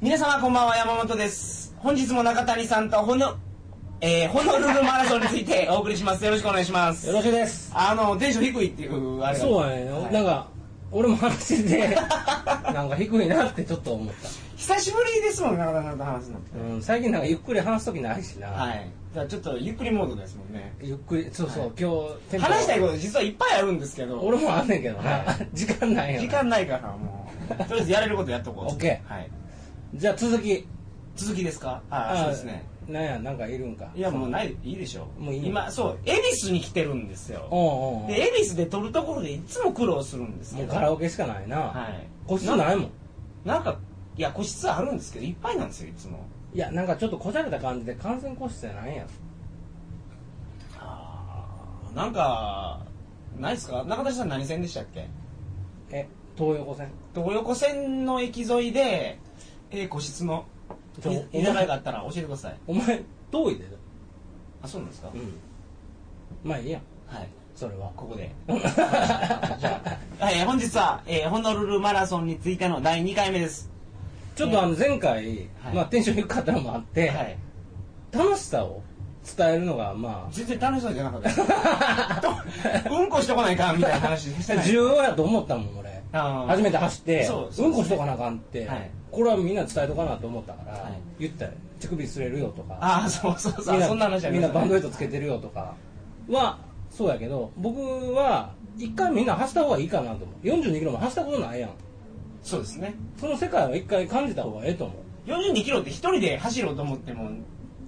皆様こんばんは山本です本日も中谷さんとほの、えー、ホノルルマラソンについてお送りしますよろしくお願いしますよろしくですあのテンション低いっていうあれがそうやね、はいなんか俺も話してて なんか低いなってちょっと思っ久しぶりですもんなかなかの話になってた、うん、最近なんかゆっくり話す時ないしな、はいじゃあちょっとゆっくりモードですもんねゆっくりそうそう、はい今日テンポ話したいこと実はいっぱいあるんですけど俺もあんねんけどな、は 時間ないよ時間ないからもう とりあえずやれることやっとこう OK はいじゃあ続き続きですかああそうですねあなんやなんかいるんかいやもうないいいでしょもういいの今そう恵比寿に来てるんですよおうおうおうで恵比寿で撮るところでいつも苦労するんですけもうどカラオケしかないな、はい個室ないもんなんかいや個室あるんですけどいっぱいなんですよいつもいやなんかちょっとこじゃれた感じで感染個室じゃないやんなんかないですか中田さん何線でしたっけえ東横線東横線の駅沿いでえー個室のちょいお居酒屋前があったら教えてくださいお前遠いであそうなんですかうんまあいいやんはいそれはここ でじゃあ はい本日は、えーホノルルマラソンについての第2回目ですちょっとあの前回、はいまあ、テンション低かったのもあって、はい楽しさを伝えるのがま全然楽しそうじゃなかったです とうんこしてこないかんみたいな話してあ ない重要やと思ったもん俺あー初めて走ってそうそううんこしとかなあかんって、はいこれはみんな伝えとかなと思ったから、はい言ったよ乳首擦れるよとかああそうそうそみうんなそんな話ありみんまなしたねバンドエイドつけてるよとかはそうやけど僕は一回みんな走った方がいいかなと思う4 2キロも走ったことないやんそうですねその世界は一回感じた方がええと思う42キロって一人で走ろうと思っても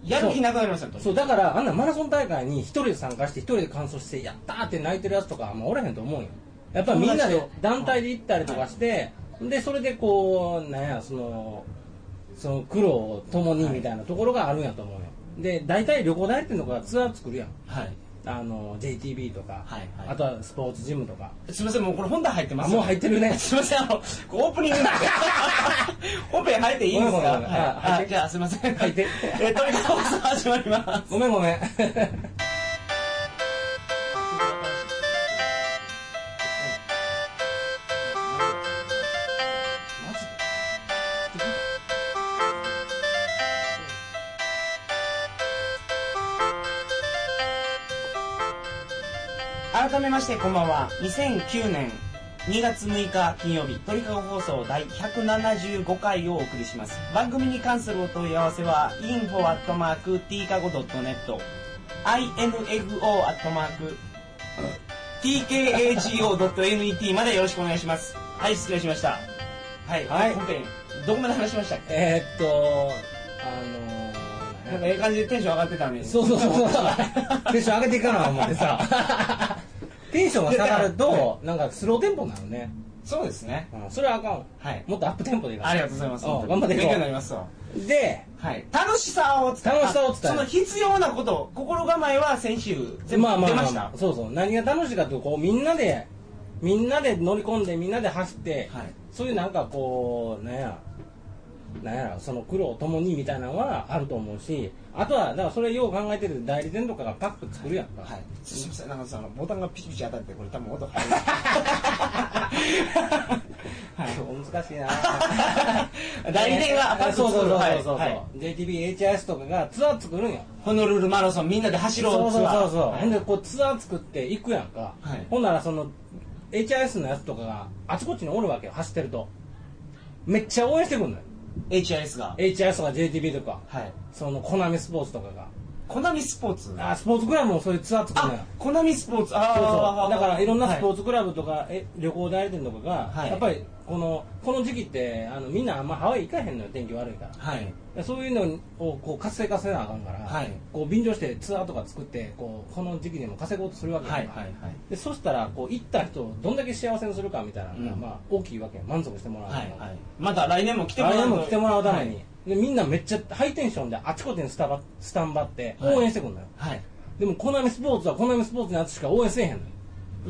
やる気なくなりましたよそうだからあんなマラソン大会に一人で参加して一人で完走してやったーって泣いてるやつとかあんまおらへんと思うよやっぱりみんな友達でと団体で行ったりとかして、でそれでこうなんやそのその苦労を共にみたいなところがあるんやと思うよで大体旅行代理店とかがツアー作るやんはいあの JTB とか、はいはいあとはスポーツジムとかすみませんもうこれ本題入ってまあすもう入ってるね すみませんあのオープニン グオペ入っていいんですかごめんごめんごめんはい入っあてじゃあすみません入ってえトリカ放送始まりますごめんごめん改めましてこんばんは2009年2月6日金曜日鳥かご放送第175回をお送りします番組に関するお問い合わせは info.tkago.net info.tkago.net までよろしくお願いしますはい失礼しましたはい、はい本編どこまで話しましたっけえーっとあのーなんかええ感じでテンション上がってたのにそうそうそうそう。テンション上げていかな思ってさ。 テンションが下がると、なんかスローテンポになるね。そうですねうん、それはあかんわ。はいもっとアップテンポでいいからありがとうございますうん本当に頑張っていこう勉強になりますわで、はい、楽しさを伝え楽しさを伝えるその必要なこと心構えは先週全部まあ出ままあましあた、まあ、そうそう。何が楽しいかというと、こう、みんなで、みんなで乗り込んで、みんなで走って、はいそういうなんかこう、なんや、なんやろ、その苦労共にみたいなのはあると思うし、あとは、だからそれよう考えてる代理店とかがパック作るやんか。はい、すみませんなんかそのボタンがピチピチ当たってこれ多分音入るはい今日難しいな代理店がパックそうそうそうそう作るそうそう、はいはい JTBHIS とかがツアー作るんよホノルルマラソンみんなで走ろうそうそうそうそう、はいほんでこうツアー作って行くやんか、はいほんならその HIS のやつとかがあちこちにおるわけよ走ってるとめっちゃ応援してくんのよ HIS が HIS とか JTB とかはいそのコナミスポーツとかがコナミスポーツあスポーツクラブもそういうツアー作るのよあコナミスポーツあそうあそうだからいろんなスポーーツクラブとか、え旅行代理店とかが、はいやっぱりこのこの時期ってあのみんなあんまハワイ行かへんのよ天気悪いからはい、はいでそういうのをこう活性化せなあかんから、はいこう便乗してツアーとか作ってこうこの時期でも稼ごうとするわけやはんいかはいはいでそしたらこう行った人をどんだけ幸せにするかみたいなのが、うんまあ、大きいわけやん満足してもらうはいのがはいまた来年も来てもら来う年も来てもらうために、はいでみんなめっちゃハイテンションであちこちにスタバスタンバってはい応援してくんのよ、はいでもコナミスポーツはコナミスポーツのやつしか応援せえへん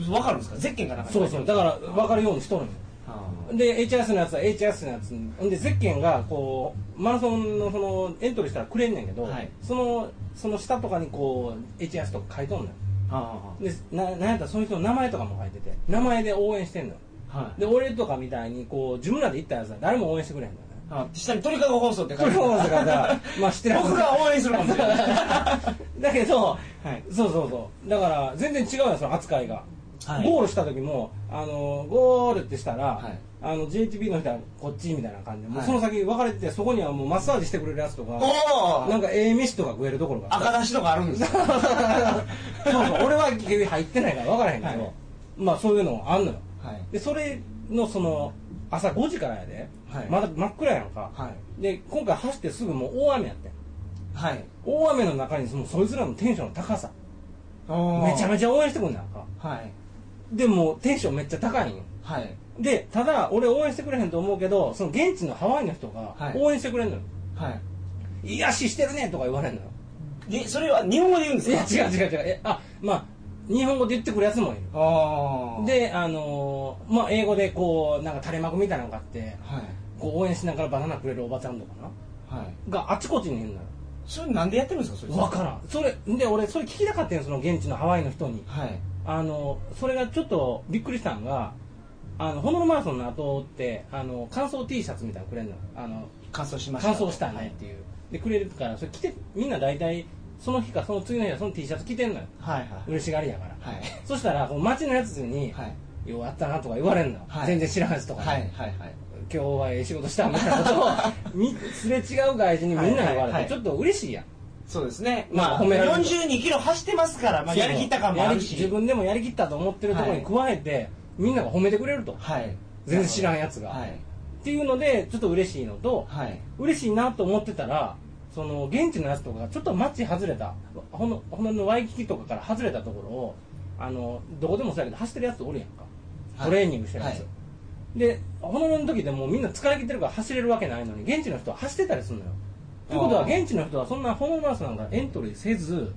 のよわかるんですかゼッケンがなんかそうそうだから分かるようにしとるのよあーで HIS のやつは HIS のやつにほんでゼッケンがこうマラソンのそのエントリーしたらくれんねんけど、はいそのその下とかにこう HIS とか書いとんのよあでななんやったらその人の名前とかも書いてて名前で応援してんのよーはいで俺とかみたいにこう自分らで行ったやつは誰も応援してくれへんのよねあ下に鳥かご放送って書い鳥てかご放送が さまあ知ってるはず僕が応援するかもしれない だけど、はいそうそうそうだから全然違うよその扱いが、はいゴールした時もあのゴールってしたら、はいあの JTB の人はこっちみたいな感じで、もうはいその先分かれててそこにはもうマッサージしてくれるやつとかおおなんかええ飯とか食えるところがあった赤出しとかあるんですよそうそう俺は結局入ってないから分からへんけど、はいまあそういうのもあんのよはいでそれのその朝5時からやで、はいまだ真っ暗やんか、はで今回走ってすぐもう大雨やってんいはい大雨の中にそのそいつらのテンションの高さおめちゃめちちゃ応援してくんねやんかゃはいでもうテンションめっちゃ高いんよはいでただ俺応援してくれへんと思うけどその現地のハワイの人はがい応援してくれんのよはい「癒やししてるね」とか言われんのよでそれは日本語で言うんですいかや違う違う違うえあまあ日本語で言ってくるやつもいるああであのーまあ英語でこうなんか垂れ幕みたいなのがあってはいこう応援しながらバナナくれるおばちゃんとかなはいがあちこちにいるのよそれなんでやってるんですかそれわからんそれで俺それ聞きたかったよその現地のハワイの人にはいあのそれがちょっとびっくりしたのがあのホノルマラソンの後ってあの乾燥 T シャツみたいなのくれるのあの乾燥しました乾燥したねっていう、でくれるからそれ着てみんな大体その日かその次の日はその T シャツ着てんのよはいはい嬉しがりやから、はいそしたらこう街のやつにはい「ようやったな」とか言われるの、はい全然知らんやつとか、はいはいはい今日はええ仕事したみたいな ことをみすれ違う外人にみんな言われて、はいはいはいちょっと嬉しいやんそうですねままああ褒められる42キロ走ってますからまあやりきった感もあるやり自し分でもやりきったと思ってるところに加えて、みんなが褒めてくれるとはい全然知らんやつが、はいっていうのでちょっと嬉しいのとはい嬉しいなと思ってたらその現地のやつとかがちょっと街外れたほのほののワイキキとかから外れたところをあのどこでもそうやけど走ってるやつおるやんか、はいトレーニングしてるやつ、はいでほののの時でもうみんな疲れ切ってるから走れるわけないのに現地の人は走ってたりするのよということはあー現地の人はそんなホノルマラソンなんかエントリーせず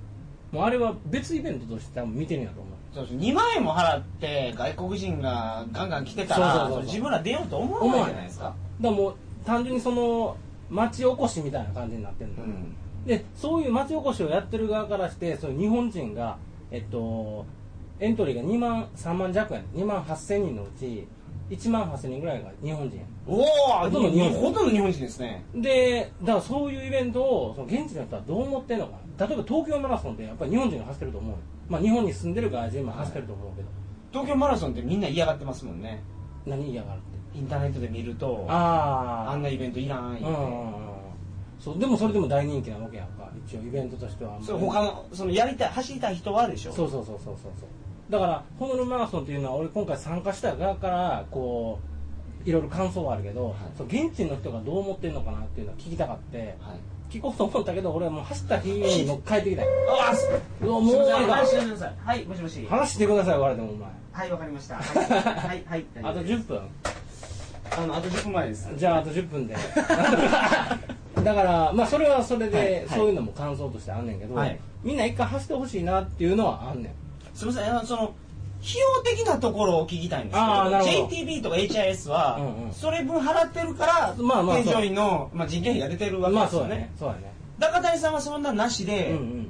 もうあれは別イベントとして多分見てるんやと思うそうです2万円も払って外国人がガンガン来てたそうそうらそうそう自分ら出ようと思わないじゃないですかだからもう単純にその町おこしみたいな感じになってるの、うんでそういう町おこしをやってる側からしてその日本人が、えっと、エントリーが2万3万弱やね2万8000人のうち1万8000人ぐらいが日本人やおおほとんど日本人ほとんど日本人ですねでだからそういうイベントをその現地の人はどう思ってんのかな例えば東京マラソンってやっぱり日本人が走ってると思うよまあ日本に住んでる外人も走ってると思うけど、東京マラソンってみんな嫌がってますもんね何嫌がるってインターネットで見るとあああんなイベントいらん言ううんてうんうんうんそうでもそれでも大人気なわけやんか一応イベントとしてはそれ他のそのやりたい走りたい人はでしょそうそうそうそうそうそうだからホノルルマラソンっていうのは俺今回参加した側からこういろいろ感想はあるけど、いそう現地の人がどう思ってるのかなっていうのは聞きたかってはい聞こうと思ったけど俺はもう走った日にもう帰ってきたよああすうわすもういません終わり話かしてくださいはいもしもし話してください言われてもお前はいわかりましたはいはいはい大丈あと夫10分あのあと10分前ですじゃああと10分でだからまあそれはそれで、はいはいそういうのも感想としてあんねんけど、はいみんな一回走ってほしいなっていうのはあんねんすみませんあのその費用的なところを聞きたいんですあーなるほどけど JTB とか HIS はうんうんそれ分払ってるからまあまあそう添乗員のまあ人件費が出てるわけまであすそうよだねねそうだね中谷さんはそんななしうんでうんうん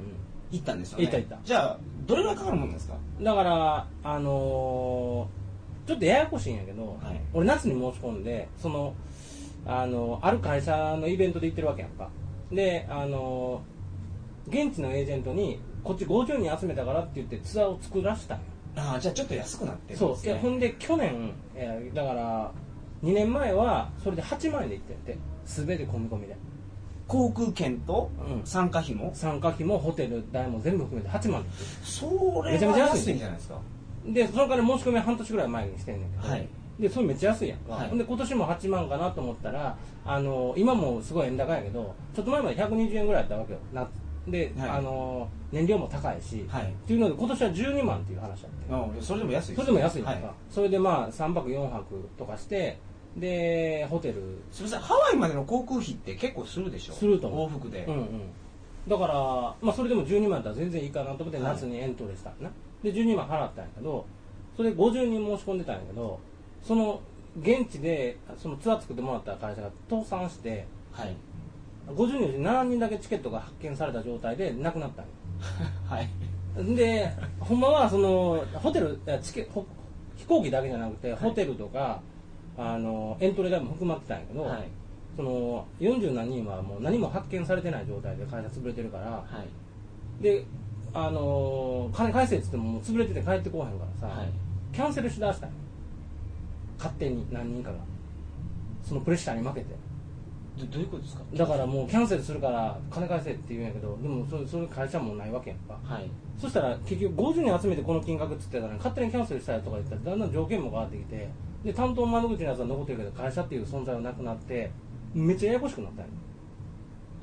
行ったんですよね行った行ったじゃあどれぐらいかかるもんですかだからあのーちょっとややこしいんやけど、はい俺夏に申し込んでその、あのある会社のイベントで行ってるわけやんかであのー現地のエージェントにこっち50人集めたからって言ってツアーを作らせたんよああじゃあちょっと安くなってるんそでうすいやねほんで去年、えーだから2年前はそれで8万円で行ってて全て込み込みで航空券とうん参加費も参加費もホテル代も全部含めて8万で行ってそめれちゃめはちゃ安安いいんじゃないですかでそのから申し込みは半年ぐらい前にしてんねんけど、はいでそれめっちゃ安いやんか、はいほんで今年も8万かなと思ったらあの今もすごい円高やけどちょっと前まで120円ぐらいやったわけよ夏で、はいあの燃料も高いし、はいっていうので今年は12万っていう話だってうんそれでも安いそれでも安いやんか、はそれでまあ3泊4泊とかしてでホテルすみませんハワイまでの航空費って結構するでしょすると思う往復でうんうんだから、まあ、それでも12万だったら全然いいかなと思ってはい夏にエントリーしたんやな、で12万払ったんやけどそれ50人申し込んでたんやけどその現地でそのツアー作ってもらった会社が倒産してはい 50人のうち7人だけチケットが発見された状態でなくなったんやはいでほんまはそのホテルいやチケほ飛行機だけじゃなくて、ホテルとかあのエントリー代も含まってたんやけど、はいその40何人はもう何も発見されてない状態で会社潰れてるからはいであのー金返せっつってももう潰れてて帰ってこうへんからさ、はいキャンセルしだしたんよ勝手に何人かがそのプレッシャーに負けてどどういうことですかだからもうキャンセルするから金返せって言うんやけどでもそそういう会社もないわけやんかはいそしたら結局50人集めてこの金額っつってたのに勝手にキャンセルしたりとか言ったらだんだん条件も変わってきてで担当窓口のやつは残ってるけど会社っていう存在はなくなってめっちゃややこしくなったんよ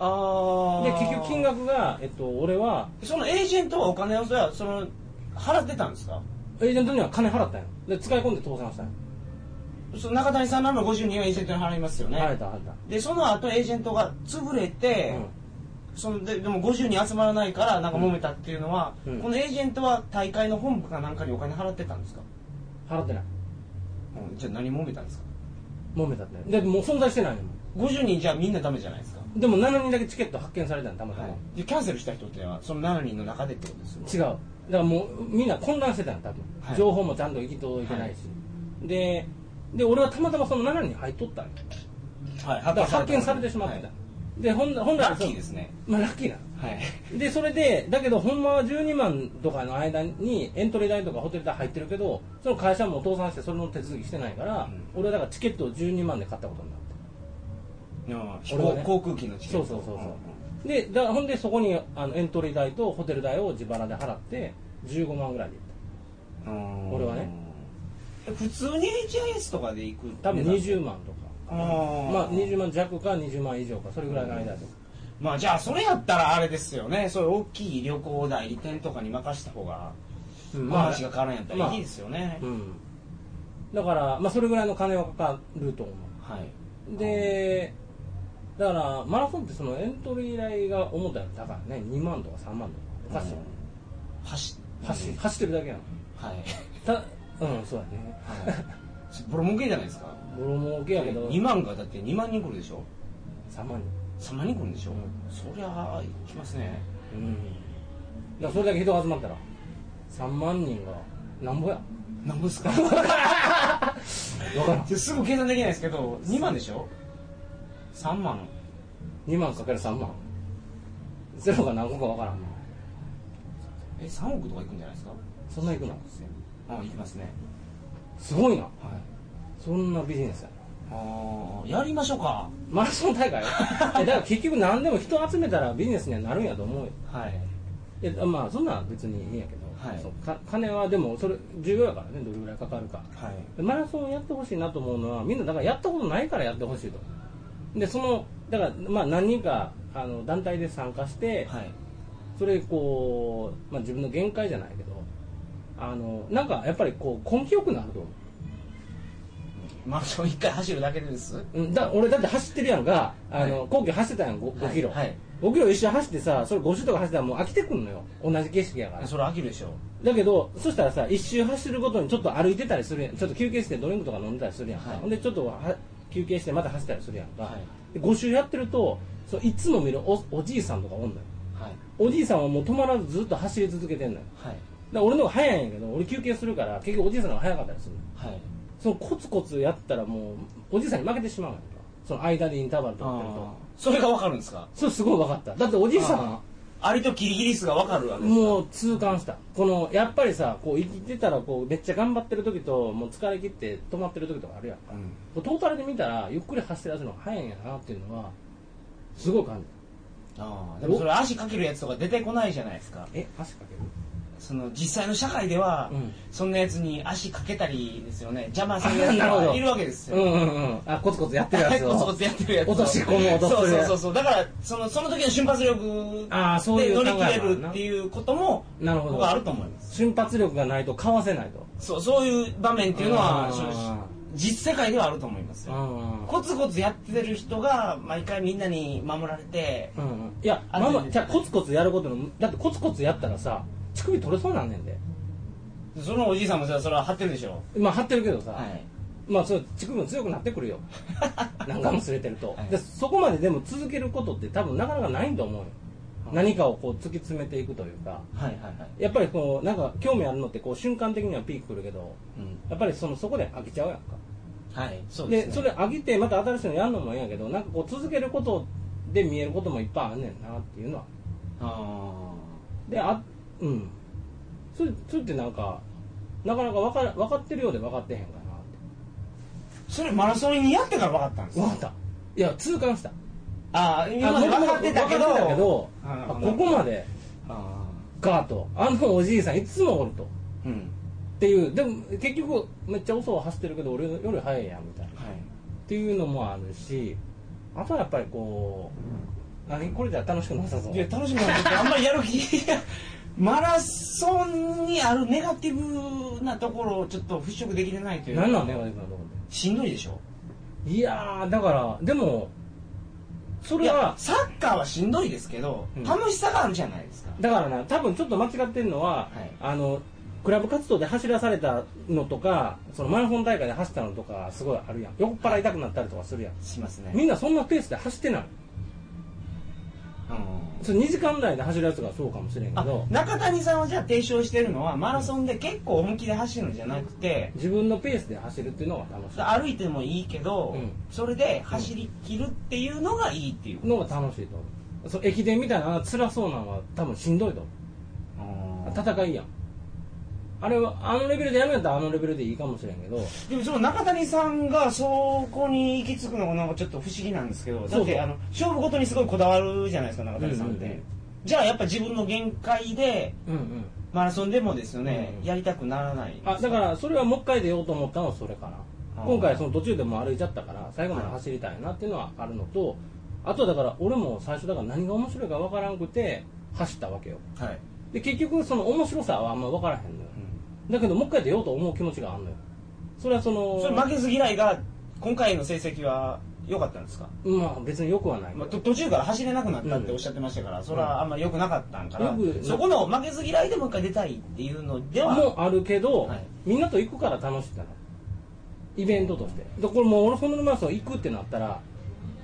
あで結局金額が、えっと、俺はそのエージェントはお金をそれはその払ってたんですかエージェントには金払ったんよで使い込んで倒産したんよその中谷さんらの50人はエージェントに払いますよね、払えた払えたでその後エージェントが潰れて、そのででも50人集まらないからなんか揉めたっていうのは、うんこのエージェントは大会の本部かなんかにお金払ってたんですか、うん、払ってないうん、じゃあ何揉めたんですか揉めたってないでもう存在してないの50人じゃあみんなダメじゃないですか、でも7人だけチケット発見されたんたまたま、はい、でキャンセルした人ってのはその7人の中でってことですよ違うだからもうみんな混乱してたん多分、はい情報もちゃんと行き届いてないし、でで俺はたまたまその7人に入っとったんよはいだから発見されてしまってた、でほん本来ラッキーですねまあラッキーなはいでそれでだけどほんまは12万とかの間にエントリー代とかホテル代入ってるけどその会社も倒産してそれの手続きしてないから、うん俺はだからチケットを12万で買ったことになって飛俺は行、ね航空機のチケッそトうそうそうそうんんでだほんでそこにあのエントリー代とホテル代を自腹で払って15万ぐらいで行っうん俺はね普通に HIS とかで行くた多分値段20万とかあーまあ20万弱か20万以上かそれぐらいの間で、まあじゃあそれやったらあれですよねそういう大きい旅行代理店とかに任した方がうん話が変わらんやったまらあいいですよね、うんだから、まあ、それぐらいの金はかかると思はいうでだからマラソンってそのエントリー代が思ったより高いね2万とか3万とかおかしいよね走走走ってるだけやんはいたうんそうやね ボロ儲けじゃないですかボロ儲けやけど2万がだって2万人来るでしょ3万3万人来るんでしょ、うんそりゃあ行きますね人うんだからそれだけ人が集まったら3万人がなんぼやなんぼです かわからんすぐ計算できないですけど2万でしょ3万2万かける3万ゼロが何個かわからんなえ3億とかいくんじゃないですかそんな行くのあ行きますねすごいなはいそんなビジネスやああやりましょうかマラソン 大会いやだから結局何でも人集めたらビジネスにはなるんやと思うよはいいやまあそんなんは別にいいんやけど、はいそうか金はでもそれ重要やからねどれぐらいかかるかはいマラソンやってほしいなと思うのはみんなだからやったことないからやってほしいとでそのだからまあ何人かあの団体で参加して、はいそれこう、まあ、自分の限界じゃないけどあのなんかやっぱりこう根気よくなると思うマラソン1回走るだけ ですうんだ俺だって走ってるやんかあの、は皇居走ってたやん 5, 5キロ、はいはい5キロ一周走ってさそれ5周とか走ったらもう飽きてくんのよ同じ景色やからそれ飽きるでしょだけどそしたらさ一周走るごとにちょっと歩いてたりするやんちょっと休憩してドリンクとか飲んでたりするやんか、はいほんでちょっとは休憩してまた走ったりするやんか、はで5周やってるとそういつも見るおおじいさんとかおんのよはいおじいさんはもう止まらずずっと走り続けてんのよはいだから俺の方が早いんやけど俺休憩するから結局おじいさんの方が早かったりするのはいそのコツコツやったらもうおじいさんに負けてしまうのよその間でインターバル取ってるあとーそれが分かるんですかそれすごい分かっただっておじいさんあアリとキリギリスが分かるわけですかもう痛感したこのやっぱりさこう生きてたらこうめっちゃ頑張ってる時ともう疲れ切って止まってる時とかあるやんこうんうトータルで見たらゆっくり走ってるやつの方が早いんやなっていうのはすごい感じああでもそれ足かけるやつとか出てこないじゃないですかたえ足かけるその実際の社会では、うんそんなやつに足かけたりですよね邪魔するやつがいるわけですよ、 うんうんうんあコツコツやってるやつをコツコツやってるやつを落とし込もうとすそうそうるそうそうだからそのその時の瞬発力あーそういでう考乗えりもあ切るれなるっていうこともなるほ僕はあるどと思います瞬発力がないとかわせないとそうそういう場面っていうのはうん正直実世界ではあると思いますうよんうんコツコツやってる人が毎回みんなに守られてうんうんいやあまあ全まあ然じゃあコツコツやることのだってコツコツやったらさ乳首取れそうなんねんでそのおじいさんもさそれは張ってるでしょまあ張ってるけどさ、はいまあそう乳首も強くなってく るよなんかもすれてると、はいでそこまででも続けることって多分なかなかないと思うよ、はい何かをこう突き詰めていくというかはいはいはいやっぱりこうなんか興味あるのってこう瞬間的にはピークくるけどうんやっぱりそのそこで飽きちゃうやんかはいそうです、でね、それ上げてまた新しいのやるのもいいんやけどなんかこう続けることで見えることもいっぱいあんねんなっていうのはあであうんそれそれってなんかなかなか分か分かってるようで分かってへんかなってーそれマラソンにやってから分かったんです分かかったいや痛感したああ今まで分かってたけど分かってたけどああここまであかとあのおじいさんいつもおるとっーうんていうでも結局めっちゃ遅う走ってるけど俺より速いやんみたいなっはいていうのもあるしあとはやっぱりこう何これじゃ楽しくなさそういや楽しみなんですけ どあんまりやる気がマラソンにあるネガティブなところをちょっと払拭できてないというか何なんだよ、ね、今のとこしんどいでしょろいやーだからでもそいれやはサッカーはしんどいですけど、うん楽しさがあるじゃないですかだからな多分ちょっと間違ってるのは、はいあのクラブ活動で走らされたのとかそのマラソン大会で走ったのとかすごいあるやん酔っ払いたくなったりとかするやん、しますねみんなそんなペースで走ってないうんそれ2時間台で走るやつがそうかもしれんけあど中谷さんはじゃあ提唱してるのはマラソンで結構本気で走るのじゃなくて自分のペースで走るっていうのが楽し歩いてもいいけど、うんそれで走り切るっていうのがいいっていういのが楽しいと思うその駅伝みたいな辛そうなのは多分しんどいと思うんう戦いやんあれはあのレベルでやるんやったらあのレベルでいいかもしれんけどでもその中谷さんがそこに行き着くのがなんかちょっと不思議なんですけどだそっうそうてあの勝負ごとにすごいこだわるじゃないですか中谷さんって、うんうんうんじゃあやっぱ自分の限界でうんうんマラソンでもですよね、うんやりたくならないあだからそれはもう一回出ようと思ったのはそれかあなー今回その途中でもう歩いちゃったから最後まで走りたいなっていうのはあるのとあとはだから俺も最初だから何が面白いか分からんくて走ったわけよはい、で結局その面白さはあんま分からへんのよだけどもう一回出ようと思う気持ちがあるのよそれはそのそれ負けず嫌いが今回の成績は良かったんですか、まあ別によくはないけどまあ、と途中から走れなくなったってうんおっしゃってましたから、それはあんまり良くなかったんから、よくそこの負けず嫌いでもう一回出たいっていうのではもうあるけど、はいみんなと行くから楽しいんだなイベントとしてでこれもう俺本のマラソン行くってなったら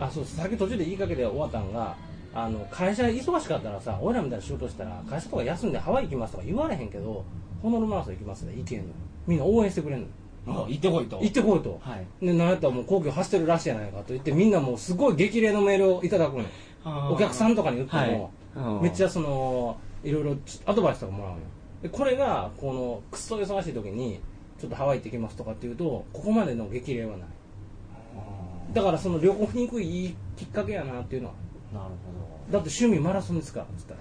あそうさっき途中で言いかけて終わったんがあの会社忙しかったらさ俺らみたいな仕事したら会社とか休んでハワイ行きますとか言われへんけどホノルルマラソン行きますで行けんのみんな応援してくれんのあ行ってこいと行ってこいと、はいでなんやったらもう皇居走ってるらしいやないかと言ってみんなもうすごい激励のメールをいただくのよお客さんとかに言っても、はいめっちゃそのいろいろアドバイスとかもらうのよでこれがこのクソ忙しい時にちょっとハワイ行ってきますとかっていうとここまでの激励はないだからその旅行に行くいいきっかけやなっていうのはなるほだって趣味マラソンですからっつったら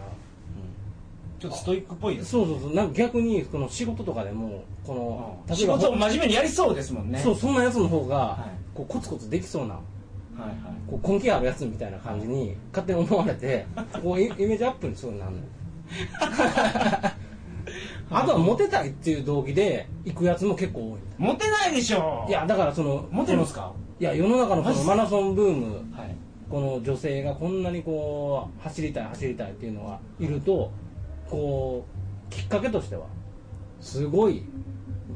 ど、ちょっとストイックっぽいですそうそうそうなんか逆にこの仕事とかでもこのうん仕事を真面目にやりそうですもんねそうそんなやつの方がはいこうコツコツできそうなはいはいこう根気あるやつみたいな感じに勝手に思われてこうイイメージアップにすごい なるのよあとはモテたいっていう動機で行くやつも結構多いみたモテないでしょいいやだからそのモテるんですかいや世の中のこのマラソンブームはいこの女性がこんなにこう走りたい走りたいっていうのがいるとこうきっかけとしてはすごい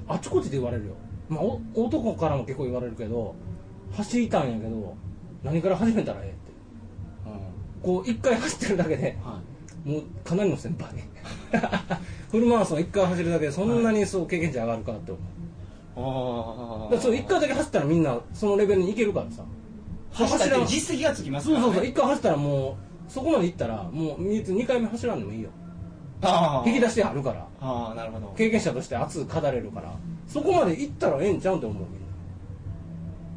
あちこちで言われるよ、まあ、お男からも結構言われるけど走りたいんやけど何から始めたらええってこう一回走ってるだけではもうかなりの先輩 フルマラソン一回走るだけでそんなにそう経験値上がるかって思うあだからそう一回だけ走ったらみんなそのレベルにいけるからさ走ったってらん実績がつきますかそら、うね、そうそう一回走ったらもうそこまで行ったらもう別に2回目走らんでもいいよああ引き出しあるからああなるほど経験者として熱く語れるからそこまで行ったらええんちゃうんって思うみん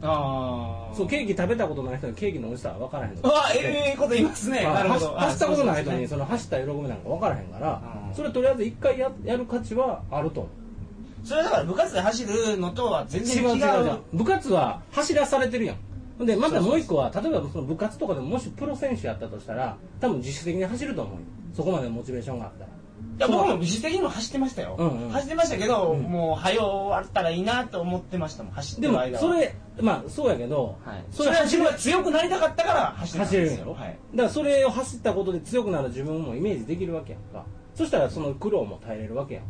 あなあそうケーキ食べたことない人にケーキの美味しさは分からへんとうかわええこと言いますねまあなるほど走走ったことない人あそうでにすその走った喜びなんか分からへんからうんそれとりあえず一回ややる価値はあると思うねそれだから部活で走るのとは全然違違う違うう違う部活は走らされてるやんほんでまたもう一個は例えばその部活とかでももしプロ選手やったとしたら多分自主的に走ると思うよそこまでのモチベーションがあったらいや僕も実績にも走ってましたよ、うんうん走ってましたけど、もう早う終わったらいいなと思ってましたもん走ってでるも間はそれまあそうやけど、はい、それそれは自分が強くなりたかったから走れたん走れでるんすやよろ、はい、だからそれを走ったことで強くなる自分もイメージできるわけやんかそしたらその苦労も耐えれるわけや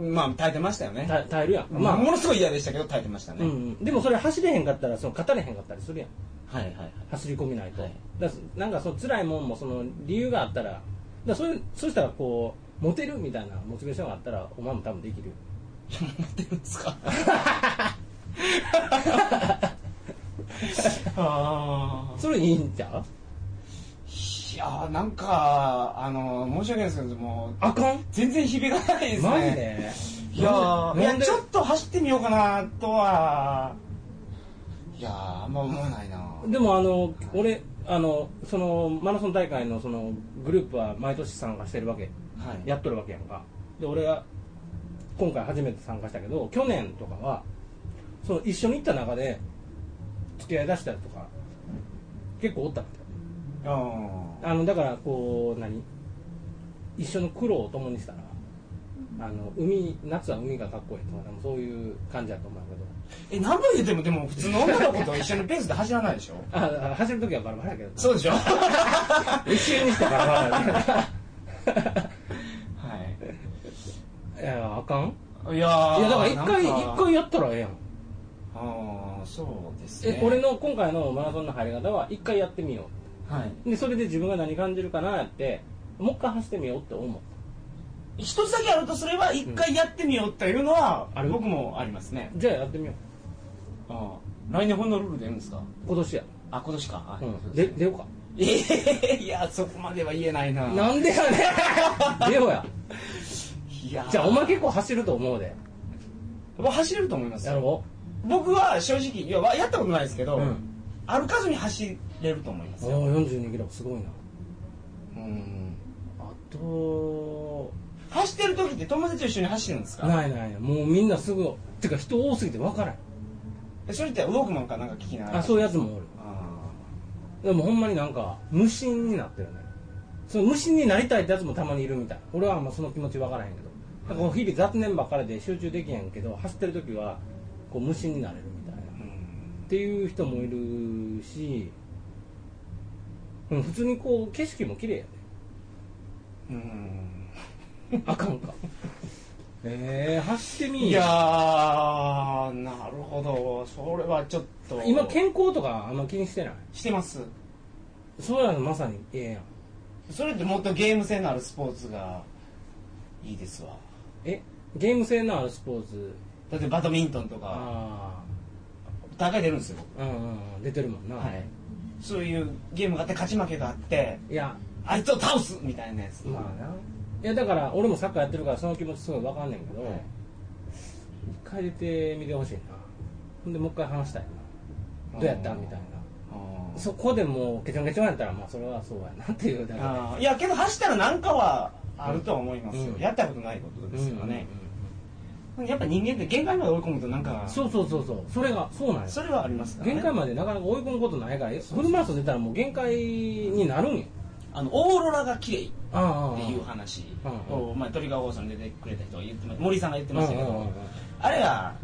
んまあ耐えてましたよね耐え耐えるやんかままああ、ものすごい嫌でしたけど耐えてましたね、うんうん、でもそれ走れへんかったらその語れへんかったりするやんはいはいはい走り込みないと、はいだからなんかその辛いもんもその理由があったらだからそういうそうしたらこうモテるみたいなモチベーションがあったらお前も多分できるよ持ってるんですかあそれいいんちゃうーいやーなんかあの申し訳ないですけどもうあかん全然響かないですねマジでいやなんーでいなやんでちょっと走ってみようかなとはいやーあんま思わないなでもあの俺あのそのマラソン大会のそのグループは毎年参加してるわけはいやっとるわけやんかで俺は今回初めて参加したけど去年とかはその一緒に行った中で付き合いだしたりとか結構おったみうんたいあのだからこう何一緒の苦労を共にしたらあの海夏は海がかっこいいとかでもそういう感じやと思うけえど何分言ってもでも普通の女の子と一緒のペースで走らないでしょああ走る時はバラバラやけど そうでしょ は 一瞬にしてバラバラや けどいやあかんいいやーいやだから一回なん一回やったらええやんああそうですねえ俺の今回のマラソンの入り方は一回やってみよはい、うでそれで自分が何感じるかなってもう一回走ってみようって思一つだけあるとすれば一回やってみようっていうのは、ある僕もありますねうじゃあやってみようああ来年ホノルル出るんですか今年や、あ今年か、うん、で出ようかえ ー、いやそこまでは言えないななんでやねん 出ようやいやーじゃあお前結構走ると思うで僕走れると思いますやよろ僕は正直いやわやったことないですけうど、うん歩かずに走れると思いますおよー42キロすごいなうんあと走ってる時って友達と一緒に走るんですかないないないもうみんなすぐてか人多すぎて分からんえそれってウォークマンかなんか聞きながらあそういうやつももおるあでもほんまになんか無心になってるねその無心になりたいってやつもたまにいるみたい俺はあんまその気持ちわからへんけどなんかこう日々雑念ばっかりで集中できへんけど走ってる時はこう無心になれるみたいなーっうんていう人もいるし、うん、普通にこう景色も綺麗やうんであかんか えー、走ってみいやーなるほどそれはちょっと今健康とかあんま気にしてないしてますそうやのまさにええやんそれってもっとゲーム性のあるスポーツがいいですわえゲーム性のあるスポーツだってバドミントンとかあ大会出るんですよあうんうんうん出てるもんな、はいそういうゲームがあって勝ち負けがあっていやあいつを倒すみたいなやつまあないやだから俺もサッカーやってるからその気持ちすごい分かんねんけど、はい一回出てみてほしいなほんでもう一回話したいなどうやったみたいなあーそこでもうケチョンケチョンやったらまあそれはそうやなっていうだけあーいやけど走ったらなんかはあるとは思いますよ、うんやったことないことですからね、うんやっぱ人間って限界まで追い込むとなんかそうそうそうそうそれがそうなんやそれはありますからね限界までなかなか追い込むことないからフルマラソン出たらもう限界になるんよあのオーロラが綺麗っああああていう話うんを、まあ、トリガー放送に出てくれた人が言ってま森さんが言ってましたけうんうんうんうどんあれが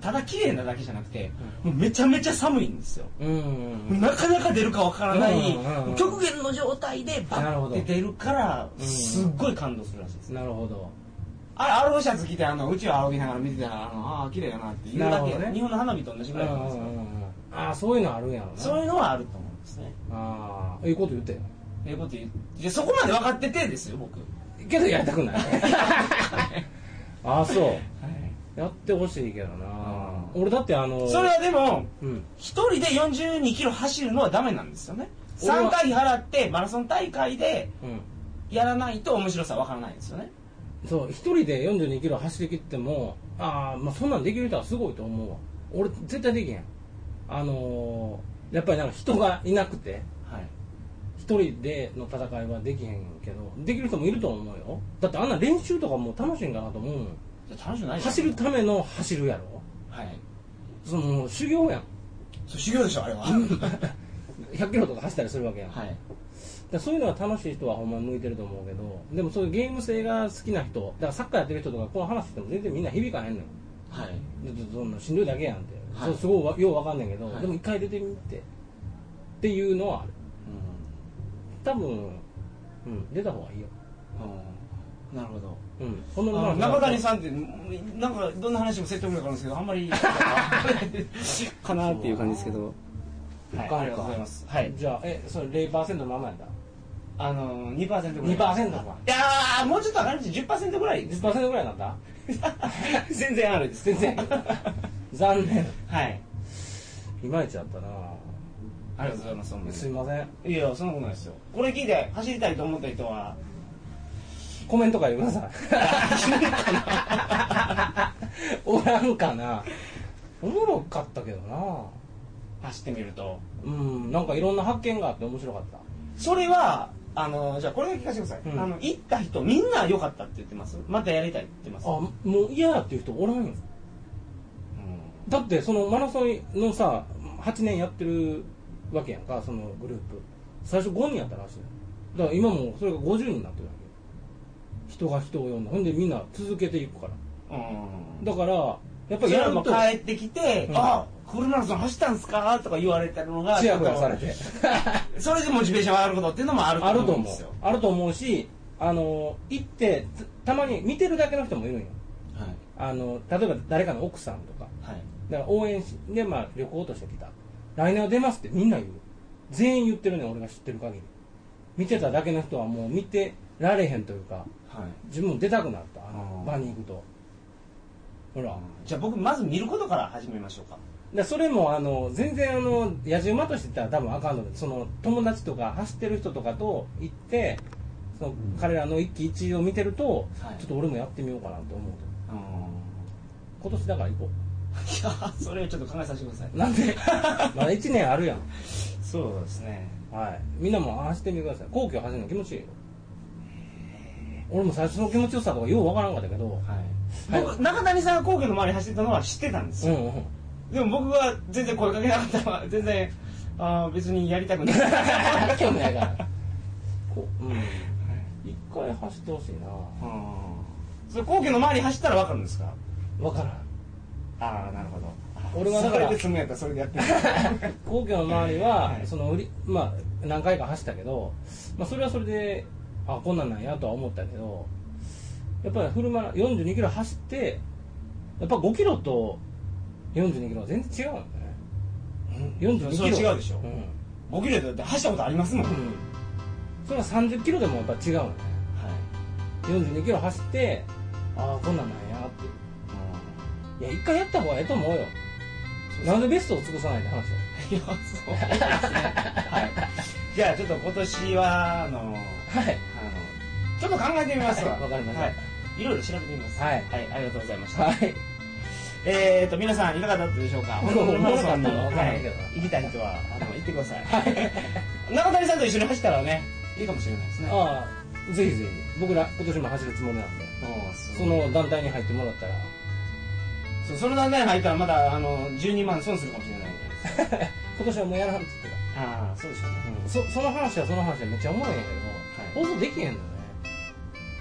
ただ綺麗なだけじゃなくてもうめちゃめちゃ寒いんですようんうんうんなかなか出るかわからないうんうんうん極限の状態でバなるほッどて出るからうんすっごい感動するらしいですなるほどあれアローシャツ着てあの宇宙を仰ぎながら見てたらあのあー綺麗だなっていうなだるほけ、どね日本の花火と同じぐらいなんですよああそういうのあるんやろなそういうのはあると思うんですねああいうこと言ったよということ言ういやそこまで分かっててですよ僕けどやりたくない ああそうはいやってほしいけどなうん俺だってあのそれはでもうん一人で4 2キロ走るのはダメなんですよね俺3は回払ってマラソン大会でうんやらないと面白さわからないんですよねそう一人で4 2キロ走り切ってもああまあそんなんできる人はすごいと思うわ俺絶対できへんあのーやっぱりなんか人がいなくてはい一人での戦いはできへんけどできる人もいると思うよだってあんな練習とかも楽しいんかなと思うもんじゃあ楽しくないじゃん走るための走るやろはいその修行やんそう修行でしょあれは100キロとか走ったりするわけやんはいだからそういうのは楽しい人はほんま向いてると思うけどでもそういうゲーム性が好きな人だからサッカーやってる人とかこの話しても全然みんな響かへんのよはいだってそんなしんどいだけやんって、はいそうすごいわようわかんねんけど、はいでも一回出てみてっていうのはある多分、うん、出た方がいいよ、うんなるほどうん、このあ中谷さんってなんかどんな話も説得力あるんですけどあんま りかなっていう感じですけどんはいありがとうございますはいじゃあえそれ0%のままやったあのー、2%ぐらい2%かいやーもうちょっと上がるんです10%ぐらいです 10%ぐらいになった全然あるです全然残念はいいまいちだったなありがとうございますほんますにいませんいやそんなことないですよこれ聞いて走りたいと思った人はコメント書いてくだ さいおらんかなおもろかったけどな走ってみるとうんなんかいろんな発見があって面白かったそれはあのじゃあこれだけ聞かせてください、うんあの行った人みんな良かったって言ってますまたやりたいって言ってますあもう嫌やっていう人おらんうよだってそのマラソンのさ8年やってるわけやんかそのグループ最初5人やったらしいのだから今もうそれが50人になってるわけ人が人を呼んだほんでみんな続けていくからんだからやっぱそりれやはるもとう帰ってきて「うんあフルマラソン走ったんすか?」とか言われたのがチヤホヤされてそれでモチベーション上がることっていうのもあるあるとと思うんで思すうよあると思うしあの行ってつたまに見てるだけの人もいるんよはいあの例えば誰かの奥さんとかはいだから応援しで、まあ、旅行として来た来年は出ますってみんな言う全員言ってるね俺が知ってる限り見てただけの人はもう見てられへんというかはい自分も出たくなったああのー場に行くとほらだかじゃあ僕まず見ることから始めましょうからそれもあの全然あの野じ馬として言ったら多分あかんのでその友達とか走ってる人とかと行ってその彼らの一喜一憂を見てると、はいちょっと俺もやってみようかなと思うと今年だから行こいやそれをちょっと考えさせてくださいうなん でまだ1年あるやんそうですねはい、みんなも走ってみてください皇居走るの気持ちいいよ俺も最初の気持ちよさとかようわからんかったけどはいはい僕中谷さんが皇居の周り走ってたのは知ってたんですうんよ、 うんでも僕は全然声かけなかったのは 全然あー別にやりたくない興味ないからこううん一回走ってほしいな うんそれ皇居の周り走ったら分かるんですかわからんああなるほど俺はだからそれで済むやったらそれでやってみる皇居の周りは、はいその売りまあ何回か走ったけど、まあ、それはそれであこんなんなんやとは思ったけどやっぱりフルマラ4 2キロ走ってやっぱ5キロと4 2キロは全然違うんだね42そキれロ違うでしょん5キロだって走ったことありますもん、うはいんそれは30キロでもやっぱ違うのね42キロ走ってああこんなんなんやっていや一回やった方がええと思うよなんでベストを尽くさないって話よ いやそうですねはいじゃあちょっと今年はあのあはいのちょっと考えてみますわ。はいわかりましたはい。いろいろ調べてみます。はいありがとうございました。はいえーと、皆さんいかがだったでしょうか。僕もマラソンのおもろかったのわかんないけど はい行きたい人は、あの、行ってください。中谷さんと一緒に走ったらね、いいかもしれないですね。ああぜひぜひ僕ら今年も走るつもりなんでおーすそごいの団体に入ってもらったらそうその団体に入ったらまだ、あの、12万損するかもしれないんで。今年はもうやらんっつってたああ、そうでしょうね。そその話はその話でめっちゃおもろいんやけど、放送できへんのよね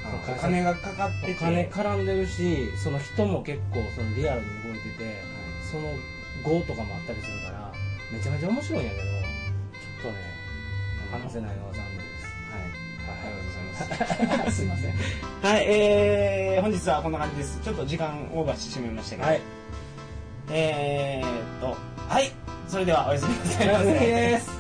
あそーうお金がかかってて。お金絡んでるしその人も結構そのリアルに動いてて、その号とかもあったりするからめちゃめちゃ面白いんやけどちょっとね話せないのは残念ですはい。ありがはいとうござ います。すいません。はい、えー、本日はこんな感じです。ちょっと時間オーバーしてしまいましたけど。はい、えーっと、はい。それではおやすみなさい。おやすみです